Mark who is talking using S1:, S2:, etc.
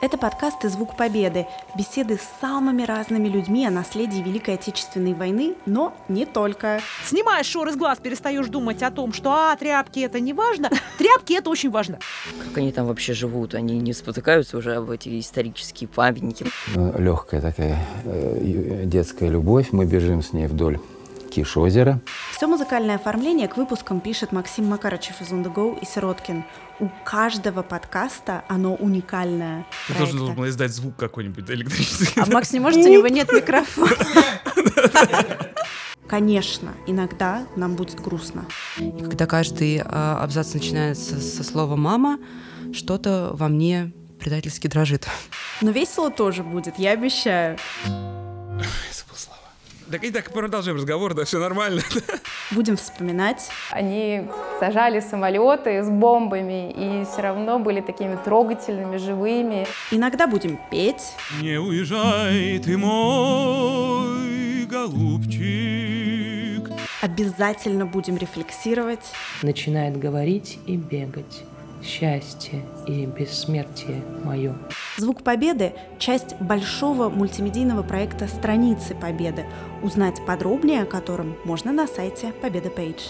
S1: Это подкаст и «Звук Победы» – беседы с самыми разными людьми о наследии Великой Отечественной войны, но не только.
S2: Снимаешь шор из глаз, перестаешь думать о том, что а, тряпки это не важно. Тряпки это очень важно.
S3: Как они там вообще живут? Они не спотыкаются уже об эти исторические памятники.
S4: Легкая Ну, такая э, детская любовь. Мы бежим с ней вдоль киш озера.
S1: Все музыкальное оформление к выпускам пишет Максим Макарычев из On The Go и Сироткин. У каждого подкаста оно уникальное.
S5: Ты
S1: Проекта.
S5: тоже должен был издать звук какой-нибудь электрический.
S6: А Макс не может, у него нет микрофона.
S1: Конечно, иногда нам будет грустно.
S7: И когда каждый а, абзац начинается со слова «мама», что-то во мне предательски дрожит.
S1: Но весело тоже будет, я обещаю.
S5: Я забыл слова. Так и так продолжим разговор, да, все нормально.
S1: Будем вспоминать.
S8: Они сажали самолеты с бомбами и все равно были такими трогательными, живыми.
S1: Иногда будем петь.
S5: Не уезжай ты мой, голубчик.
S1: Обязательно будем рефлексировать.
S9: начинает говорить и бегать. Счастье и бессмертие мое.
S1: «Звук Победы» — часть большого мультимедийного проекта «Страницы Победы», узнать подробнее о котором можно на сайте Победа Пейдж.